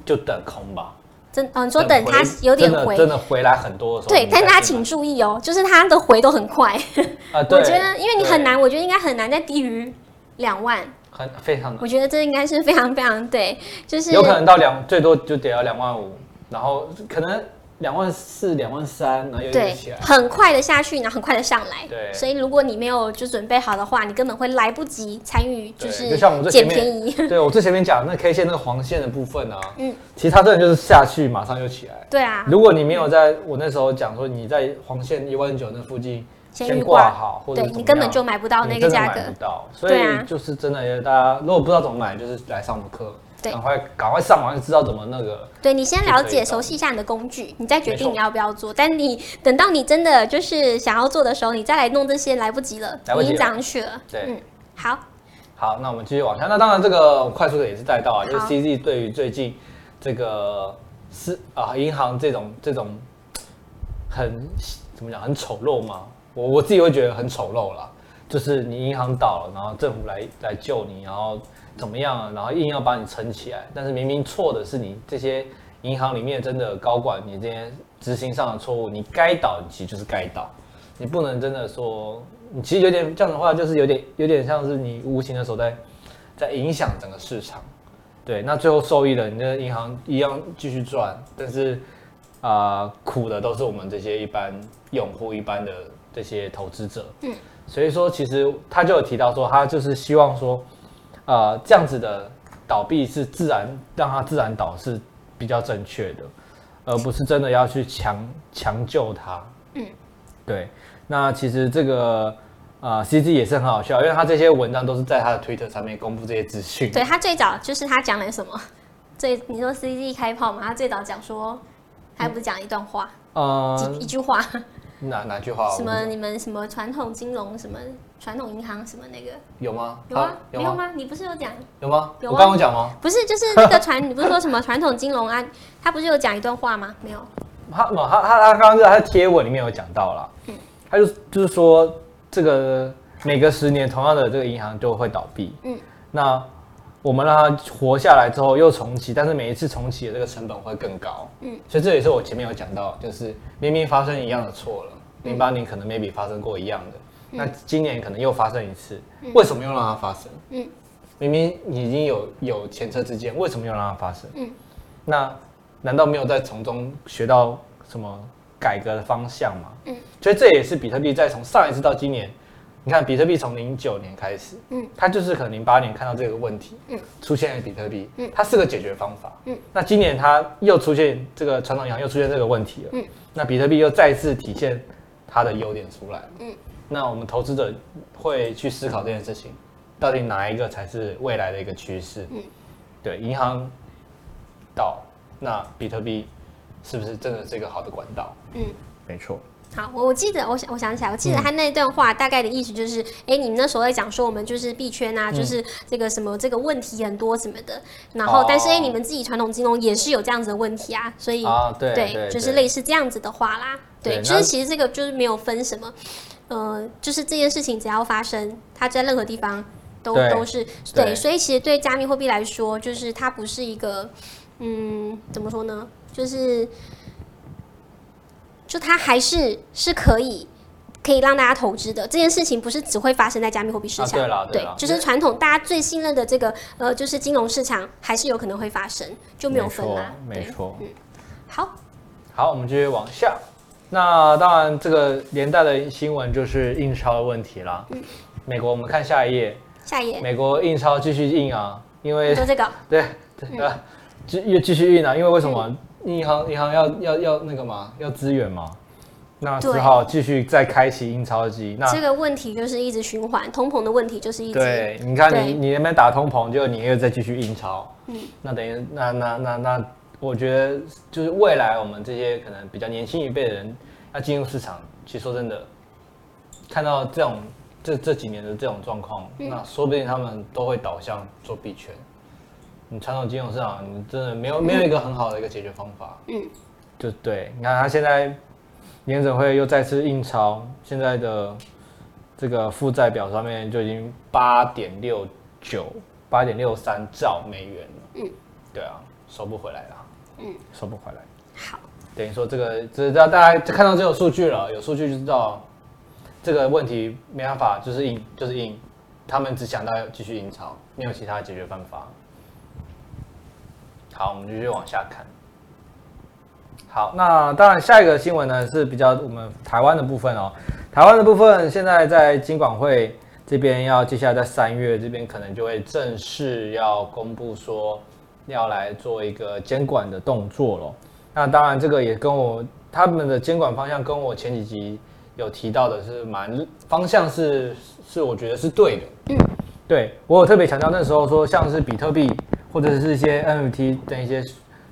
B: 就等空吧。
A: 真哦，你说等它
B: 回
A: 有点
B: 真的
A: 回，
B: 真的回来很多的时候
A: 对
B: 你，再
A: 但
B: 去买，
A: 大家请注意哦，就是它的回都很快。 [laughs]
B: 啊，
A: 我
B: 对
A: 觉得，因为你
B: 对
A: 很难，我觉得应该很难再低于两万。
B: 很非常难，
A: 我觉得这应该是非常非常对，就是
B: 有可能到两最多就得要两万五，然后可能两万四、两万三，然后又又
A: 对
B: 起来，，
A: 很快的下去，然后很快的上来。
B: 对
A: 所以如果你没有就准备好的话，你根本会来不及参与，
B: 对
A: 是
B: 就像我们这
A: 捡
B: 前面
A: 便宜。 [laughs]
B: 对我最前面讲那 K 线那个黄线的部分啊，
A: 嗯
B: 其实它真的就是下去马上又起来。
A: 对啊，
B: 如果你没有在我那时候讲说你在黄线一万九那附近
A: 预
B: 先挂，好，或者
A: 对
B: 是怎
A: 你
B: 么
A: 根本
B: 样
A: 就买不到哦那
B: 你
A: 个
B: 真的
A: 价
B: 买
A: 格
B: 不。到，所
A: 对啊
B: 以就是真的，大家如果不知道怎么买，就是来上我们课，
A: 对
B: 赶快赶快上完就知道怎么那个。
A: 对你先了
B: 就可以
A: 解、
B: 了
A: 熟悉一下你的工具，你再决
B: 没
A: 定
B: 错
A: 你要不要做。但你等到你真的就是想要做的时候，你再来弄这些来不及了，
B: 来不
A: 你
B: 及
A: 已经
B: 了
A: 涨上去了。
B: 对
A: 嗯，好，
B: 好，那我们继续往下。那当然，这个快速的也是带到啊，就是
A: 好
B: CZ 对于最近这个是啊银行这种这种很怎么讲很丑陋嘛，我我自己会觉得很丑陋啦。就是你银行倒了，然后政府来来救你，然后怎么样，啊然后硬要把你撑起来，但是明明错的是你这些银行里面真的高管，你这些执行上的错误，你该倒你其实就是该倒，你不能真的说，你其实有点这样的话，就是有点有点像是你无形的手在在影响整个市场。对，那最后受益的，你的银行一样继续赚，但是啊、苦的都是我们这些一般用户、一般的这些投资者。
A: 嗯，
B: 所以说，其实他就有提到说，他就是希望说，呃，这样子的倒闭是自然让它自然倒是比较正确的，而不是真的要去强强救它。
A: 嗯，
B: 对。那其实这个啊、c g 也是很好笑，因为他这些文章都是在他的 Twitter 上面公布这些资讯。
A: 对他最早就是他讲了什么？最你说 C D 开炮嘛？他最早讲说，他不是讲一段话，
B: 呃，
A: 几一句话，
B: 哪哪句话？
A: 什
B: 我
A: 么
B: 不
A: 你们什么传统金融什么传统银行什么那个
B: 有吗？
A: 有吗
B: 啊？有
A: 没有
B: 吗？
A: 吗？你不是有
B: [laughs]
A: 讲？
B: 有吗？
A: 有啊
B: 我刚刚有讲吗？
A: 不是，就是那个传，你不是说什么传统金融啊？他不是有讲一段话吗？没有，
B: 他没有他他他刚刚在他的贴文里面有讲到啦，他就就是说这个每隔十年同样的这个银行就会倒闭，
A: 嗯
B: 嗯，那我们让它活下来之后又重启，但是每一次重启的这个成本会更高，
A: 嗯
B: 嗯，所以这也是我前面有讲到，就是明明发生一样的错了，零八年可能 maybe 发生过一样的，那今年可能又发生一次，为什么又让它发生？
A: 嗯
B: 嗯，明明你已经有有前车之鉴，为什么又让它发生？
A: 嗯
B: 嗯，那难道没有在从中学到什么改革的方向吗？
A: 嗯
B: 嗯，所以这也是比特币在从上一次到今年，你看比特币从零九年开始，
A: 嗯
B: 嗯，它就是可能零八年看到这个问题，
A: 嗯
B: 嗯，出现了比特币，
A: 嗯
B: 嗯，它是个解决方法，
A: 嗯
B: 嗯，那今年它又出现这个传统银行又出现这个问题了，
A: 嗯
B: 嗯，那比特币又再次体现它的优点出来，
A: 嗯
B: 嗯，那我们投资者会去思考这件事情，到底哪一个才是未来的一个趋势？
A: 嗯
B: 嗯，对，银行到那比特币是不是真的是一个好的管道？
A: 嗯。
B: 没错，
A: 好，我我记得，我想我想起来，我记得他那段话大概的意思就是，哎、你们那时候在讲说我们就是币圈啊，就是这个什么这个问题很多什么的，然后
B: 哦
A: 但是哎、诶你们自己传统金融也是有这样子的问题啊，所以、
B: 啊对对
A: 就是
B: 对
A: 类似这样子的话啦，对，
B: 对
A: 就
B: 那
A: 是其实这个就是没有分什么，呃，就是这件事情只要发生，它在任何地方都
B: 对
A: 都是
B: 对
A: 对，所以其实对加密货币来说，就是它不是一个，嗯，怎么说呢，就是。就它还是是可以可以让大家投资的。这件事情不是只会发生在加密货币市场，
B: 啊对啦对啦
A: 就是传统大家最信任的这个呃，就是金融市场还是有可能会发生，就没有分啦。
B: 没
A: 对，
B: 错。
A: 好，
B: 好，我们继续往下。那当然，这个连带的新闻就是印钞的问题啦。
A: 嗯
B: 美国，我们看下一页，
A: 下一页
B: 美国印钞继续印啊，因为
A: 就这个，
B: [laughs] 对对啊，继又继续印啊，因为为什
A: 嗯
B: 么银行银行要要要那个嘛，要资源嘛，那
A: 对
B: 只好继续再开启印钞机。那
A: 这个问题就是一直循环，通膨的问题就是一直
B: 对，你看
A: 对
B: 你你那边打通膨，就你又再继续印钞，
A: 嗯
B: 嗯，那等于那那那那，我觉得就是未来我们这些可能比较年轻一辈的人要进入市场，其实说真的，看到这种这这几年的这种状况，那说不定他们都会导向做币圈。你传统金融市场，你真的没有没有一个很好的一个解决方法，
A: 嗯
B: 嗯，就对，你看他现在联准会又再次印钞，现在的这个负债表上面就已经八点六九、八点六三兆美元了。嗯，对啊，收不回来了。嗯，收不回来。
A: 好。
B: 等于说这个，这让大家看到这有数据了，有数据就知道这个问题没办法，就是印就是印，他们只想到要继续印钞，没有其他的解决办法。好，我们继续往下看。好，那当然下一个新闻呢是比较我们台湾的部分哦。台湾的部分现在在金管会这边要接下来在三月这边可能就会正式要公布说要来做一个监管的动作咯。那当然这个也跟我他们的监管方向跟我前几集有提到的是蛮方向是是我觉得是对的。对我有特别强调那时候说，像是比特币或者是一些 NFT 等一些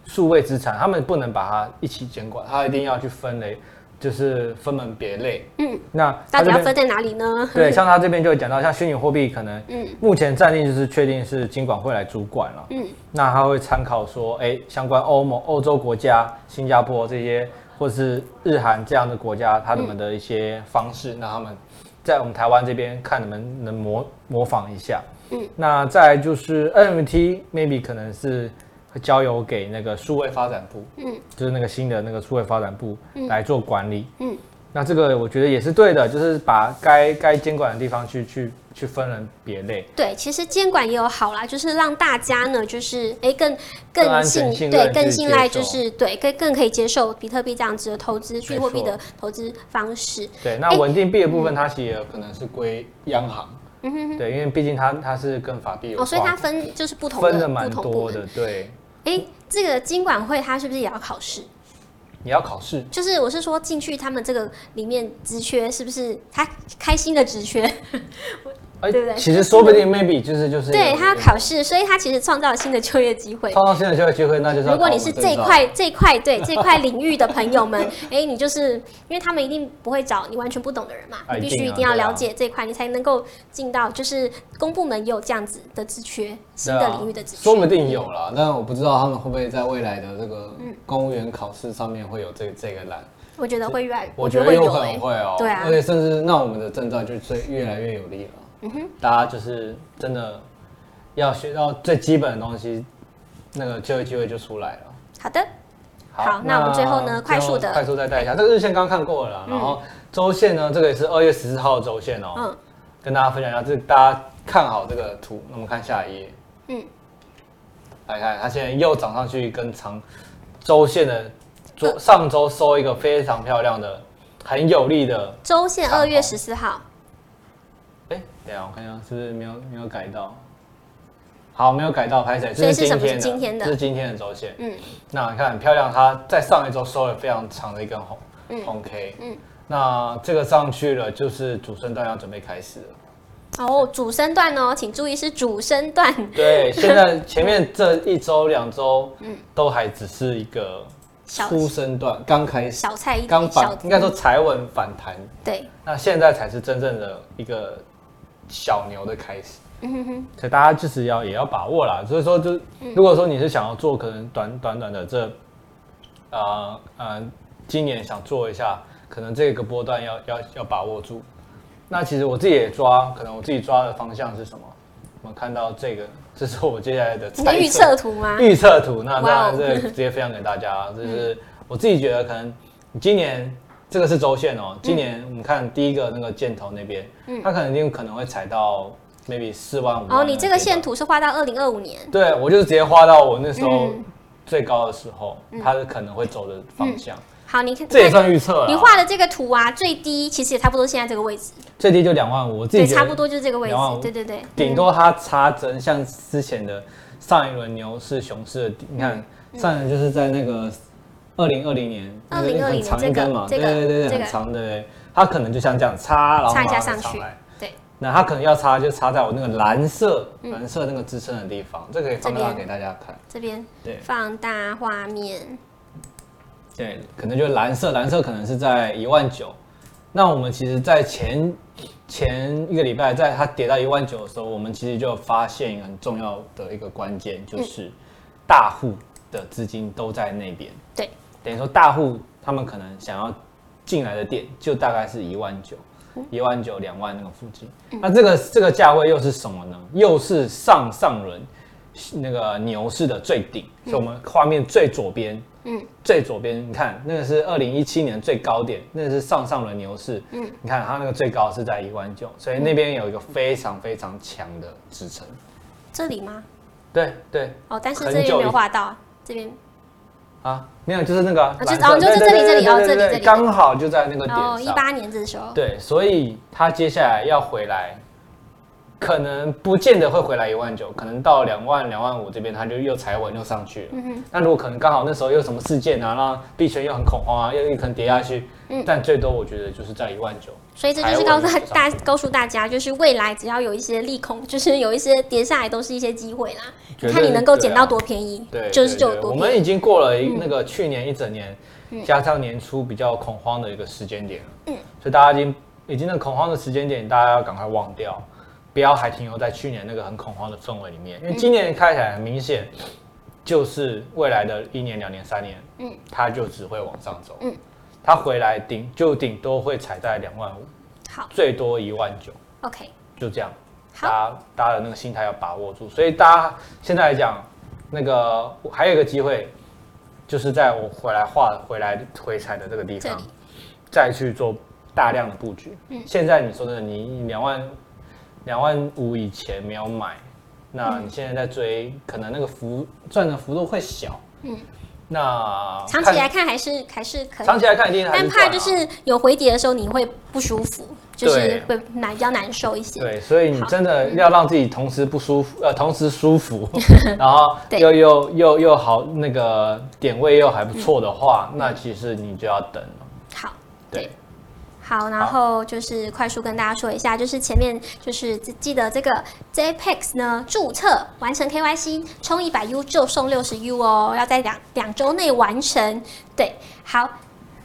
B: 数位资产，他们不能把它一起监管，它一定要去分类，就是分门别类。
A: 嗯，
B: 那
A: 到
B: 它
A: 底
B: 这
A: 要
B: 边
A: 分在哪里呢？
B: 对，像他这边就有讲到，像虚拟货币可能
A: 嗯
B: 目前暂定就是确定是金管会来主管了。
A: 嗯，
B: 那他会参考说，哎、相关欧盟、欧洲国家、新加坡这些，或是日韩这样的国家，他
A: 嗯
B: 们的一些方式，那他们在我们台湾这边看你们能模模仿一下。
A: 嗯，
B: 那再来就是 NFT maybe 可能是会交由给那个数位发展部，
A: 嗯，
B: 就是那个新的那个数位发展部
A: 嗯
B: 来做管理。
A: 嗯
B: 那这个我觉得也是对的，就是把该该监管的地方去去去分门别类。
A: 对，其实监管也有好啦，就是让大家呢，就是哎更
B: 更安全
A: 信
B: 信
A: 对
B: 任
A: 更
B: 去
A: 信
B: 接
A: 赖，就
B: 受
A: 是对更更可以接受比特币这样子的投资，虚拟
B: 没
A: 货币
B: 错
A: 的投资方式。
B: 对，那
A: 哎
B: 稳定币的部分，它其实也可能是归央行，
A: 嗯哼哼。
B: 对，因为毕竟它它是跟法币有
A: 哦，
B: 关，
A: 所以它分就是不同的
B: 分的蛮
A: 不同部
B: 多
A: 门。
B: 的，对，
A: 哎，这个金管会它是不是也要考试？
B: 你要考试，
A: 就是我是说进去他们这个里面职缺是不是他开心的职缺？
B: 哎
A: 对不对
B: 其实说不定 maybe 就是就是
A: 对，他要考试，所以他其实创造了新的就业机会。
B: 创造新的就业机会，那就是要
A: 如果
B: 考
A: 你
B: 我
A: 是
B: 们
A: 这一
B: 证照
A: 块这一块对这一块领域的朋友们， [laughs] 哎，你就是因为他们一定不会找你完全不懂的人嘛，
B: 啊
A: 你必
B: 一定
A: 须
B: 啊
A: 一定要
B: 对啊
A: 了解这一块，你才能够进到就是公部门也有这样子的职缺，新
C: 对
A: 的
C: 啊
A: 领域的职嗯缺。
C: 说不定有啦，但我不知道他们会不会在未来的这个
A: 嗯
C: 公务员考试上面会有这这个栏。
A: 我觉得会越来，
C: 我觉得
A: 会
C: 有
A: 有
C: 可
A: 哎
C: 能会哦、
A: 对啊
C: 而且甚至那我们的证照就最越来越有利了。
A: 嗯
B: 大家就是真的要学到最基本的东西，那个就业机会就出来了。
A: 好的，好那我们最后呢快速地
B: 快速再带一下，这个日线刚看过了啦，然后周线呢，这个也是二月十四号的周线哦，
A: 嗯
B: 跟大家分享一下，这大家看好这个图，那我们看下一页，
A: 嗯，
B: 来看它现在又涨上去一根长周线的，昨上周收一个非常漂亮的、很有力的，
A: 周线
B: 长
A: 二月
B: 虹
A: 十四号，
B: 哎，等一下我看一下是不是没有没有改到。好，没有改到拍谁？
A: 所以
B: 这
A: 是什
B: 今
A: 么
B: 天的，
A: 是今天的
B: 这是今天的周线。
A: 嗯
B: 那你看很漂亮，它在上一周收了非常长的一根红、红 K，
A: 嗯
B: 那这个上去了就是主升段要准备开始了。
A: 哦，主升段哦，请注意是主升段， [laughs]
B: 对，现在前面这一周两周，都还只是一个
A: 嗯小
C: 初升段刚开始，
A: 小菜一碟
B: 刚
A: 小嗯
B: 反，应该说踩稳反弹，
A: 对，
B: 那现在才是真正的一个小牛的开始。
A: 嗯哼哼，
B: 所以大家就是要也要把握啦。所以说就，
A: 嗯
B: 如果说你是想要做，可能短短短的这，呃呃，今年想做一下，可能这个波段要要要把握住。那其实我自己也抓，可能我自己抓的方向是什么？我们看到这个，这是我接下来的
A: 你的
B: 猜
A: 预测图吗？
B: 预测图，那当
A: 啊哇哦
B: 然这个直接分享给大家，
A: [laughs]
B: 就是我自己觉得可能今年这个是周线
A: 嗯
B: 哦，今年我们看第一个那个箭头那边，它可能一定可能会踩到 maybe 四万五。
A: 哦，你这个线，图是画到二零二五年，
B: 对我就是直接画到我那时候
A: 嗯
B: 最高的时候，它是可能会走的方向，
A: 好，你看
B: 这也算预测
A: 嗯你
B: 了。
A: 画的这个图啊，最低其实也差不多现在这个位置，
B: 最低就两万五，我自己
A: 对，
B: 觉
A: 差不
B: 得
A: 多就是这个位置
B: 两万，五
A: 对对对，
B: 顶多它插针，像之前的上一轮牛市、熊市的底，你看
A: 嗯
B: 上一轮就是在那个二零二零年，
A: 2020
B: 就是很长一根嘛，
A: 这
B: 对
A: 个这个
B: 对对，
A: 这
B: 对
A: 个
B: 很长的，它可能就像这样插，然后
A: 插一下
B: 马
A: 上
B: 上
A: 去
B: 上来。，
A: 对，
B: 那它可能要插就插在我那个蓝色蓝色那个支撑的地方，这个可以放大
A: 嗯这边
B: 给大家看。
A: 这边
B: 对
A: 放大画面，
B: 对，可能就蓝色，蓝色可能是在一万九。那我们其实，在前前一个礼拜，在它跌到一万九的时候，我们其实就发现一个很重要的一个关键，就是大户的资金都在那边。
A: 对，
B: 等于说大户他们可能想要进来的点，就大概是一万九、
A: 嗯
B: 一万九、两万那个附近。那这个这个价位又是什么呢？又是上上轮那个牛市的最顶，所以我们画面最左边，
A: 嗯
B: 嗯，最左边你看那个是二零一七年最高点，那个是上上轮牛市，嗯，你看它那个最高是在一万九，所以那边有一个非常非常强的支撑。
A: 这里吗？
B: 对对，
A: 哦，但是
B: 很
A: 这边
B: 久
A: 没有
B: 以
A: 画到，这边
B: 啊，没有，就是那个啊，
A: 啊就
B: 蓝色
A: 哦就
B: 对
A: 这
B: 对
A: 里这里
B: 对
A: 哦
B: 对
A: 这里
B: 对
A: 这
B: 对
A: 里
B: 刚好就在那个点
A: 哦，一
B: 上。
A: 八年这时候，
B: 对，所以他接下来要回来，可能不见得会回来一万九，可能到两万、两万五这边，他就又踩稳又上去了。
A: 嗯哼，
B: 那如果可能刚好那时候又有什么事件啊，让币圈又很恐慌啊，又又可能跌下去，
A: 嗯
B: 但最多我觉得就是在一万九。
A: 所以这就是告诉
B: 台
A: 大
B: 湾的市
A: 大告诉大家，就是未来只要有一些利空，就是有一些跌下来都是一些机会啦，
B: 绝对
A: 看你能够捡
B: 对啊
A: 到多便宜，
B: 对，
A: 就是就有
B: 对对
A: 多
B: 我
A: 便
B: 们
A: 宜。
B: 已经过了
A: 嗯
B: 一那个去年一整年，加上年初比较恐慌的一个时间点，嗯，所以大家已经已经那恐慌的时间点，大家要赶快忘掉，不要还停留在去年那个很恐慌的氛围里面，因为
A: 嗯
B: 今年看起来很明显，就是未来的一年、两年、三年，
A: 嗯
B: 嗯，它就只会往上走，
A: 嗯
B: 嗯，它回来顶就顶多会踩在两万五，
A: 好
B: 最多一万九，
A: ，OK，
B: 就这样。大
A: 好，
B: 家大家的那个心态要把握住。所以大家现在来讲，那个我还有一个机会，就是在我回来画回来回踩的这个地
A: 这
B: 方
A: 里，嗯
B: 再去做大量的布局。现在你说真的，你两万两万五以前没有买，那
A: 嗯
B: 你现在在追，可能那个幅赚的幅度会小。
A: 嗯
B: 嗯，那
A: 长期来看还是还是可以，
B: 长期来看一定还是
A: 但怕
B: 赚啊
A: 就是有回跌的时候你会不舒服，就是
B: 对
A: 会难比较难受一些。
B: 对，所以你
A: 好嗯
B: 真的要让自己同时不舒服，呃，同时舒
A: [laughs]
B: 服，然后
A: 对
B: 又又又又好，那个点位又还不错的话，
A: 嗯
B: 那其实你就要等了。
A: 好，
B: 对，
A: 好，然
B: 好
A: 后就是快速跟大家说一下，就是前面就是记记得这个 JPEX 呢注册完成 KYC 充一百 U 就送六十 U 哦，要在两两周内完成。对，好，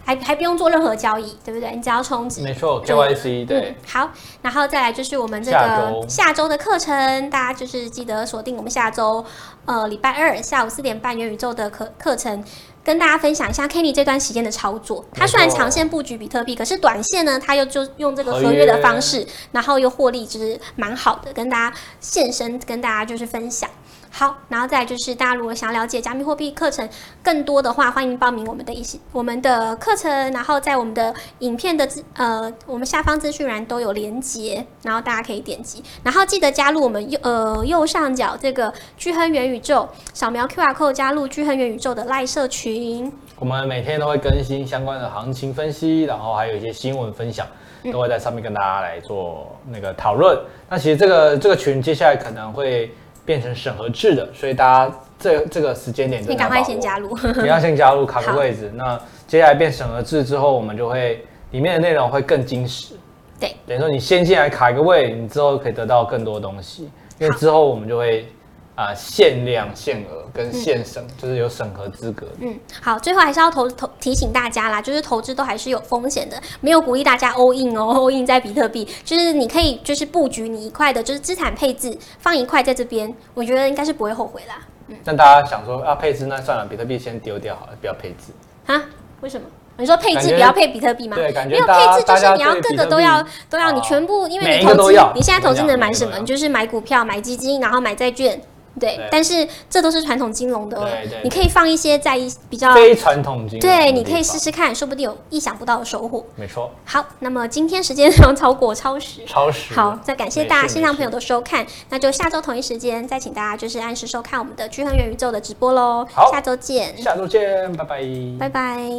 A: 还还不用做任何交易，对不对？你只要充值。
B: 没错
A: 对
B: ，KYC
A: 嗯
B: 对，，
A: 好，然后再来就是我们这
B: 下
A: 个
B: 周
A: 下周的课程，大家就是记得锁定我们下周呃礼拜二下午四点半元宇宙的课课程。跟大家分享一下 Kenny 这段时间的操作。他虽然
B: 没错
A: 长线布局比特币，可是短线呢，他又就用这个合约的方式，然后又获利，就是蛮好的。跟大家现身，跟大家就是分享。好，然后再来就是大家如果想了解加密货币课程更多的话，欢迎报名我们的一些我们的课程，然后在我们的影片的资呃我们下方资讯栏都有连接，然后大家可以点击，然后记得加入我们右呃右上角这个聚亨元宇宙，扫描 QR code 加入聚亨元宇宙的赖社群。
B: 我们每天都会更新相关的行情分析，然后还有一些新闻分享，
A: 嗯
B: 都会在上面跟大家来做那个讨论。那其实这个这个群接下来可能会变成审核制的，所以大家这这个时间点真
A: 你
B: 的
A: 赶
B: 要
A: 快
B: 把
A: 先
B: 握
A: 加入， [laughs]
B: 你要先加入卡
A: 好
B: 个位置。那接下来变审核制之后，我们就会里面的内容会更精实。
A: 对，
B: 等于说你先进来卡一个位，你之后可以得到更多东西，因为之后我们就会啊、限量、限额跟限审，就是有审核资格。
A: 嗯，好，最后还是要投投提醒大家啦，就是投资都还是有风险的，没有鼓励大家 all in 哦，all in 在比特币，就是你可以就是布局你一块的，就是资产配置放一块在这边，我觉得应该是不会后悔啦。
B: 但大家想说啊，配置那算了，比特币先丢掉好了，不要配置。
A: 啊？为什么？你说配
B: 感
A: 置
B: 觉
A: 不要配比特币吗？
B: 对感觉
A: 没有
B: 大家
A: 配置就
B: 大
A: 是
B: 家
A: 你要
B: 对
A: 各
B: 比
A: 个
B: 特
A: 都要
B: 币
A: 都要，你
B: 哦
A: 全部因为
B: 每
A: 你
B: 一个
A: 投
B: 都
A: 资
B: 要，
A: 你现在投资
B: 每
A: 能
B: 一样
A: 买
B: 每一
A: 什
B: 个
A: 么？
B: 都
A: 你就是买股票、买基金，然后买债券。对
B: 对，
A: 但是这都是传统金融的哦
B: 对对，
A: 你可以放一些在一比较，
B: 非传统金融的
A: 啊对，
B: 地
A: 你可以
B: 方
A: 试。试看，说不定有意想不到的收获。
B: 没错，
A: 好，那么今天时间要超过超时。
B: 超时。
A: 好，再感谢
B: 没
A: 大家
B: 事
A: 新
B: 没
A: 浪
B: 事
A: 朋友的收看，那就下周同一时间再请大家就是按时收看我们的聚亨元宇宙的直播喽。
B: 好
A: 下周见，
B: 下周见，拜拜。
A: 拜拜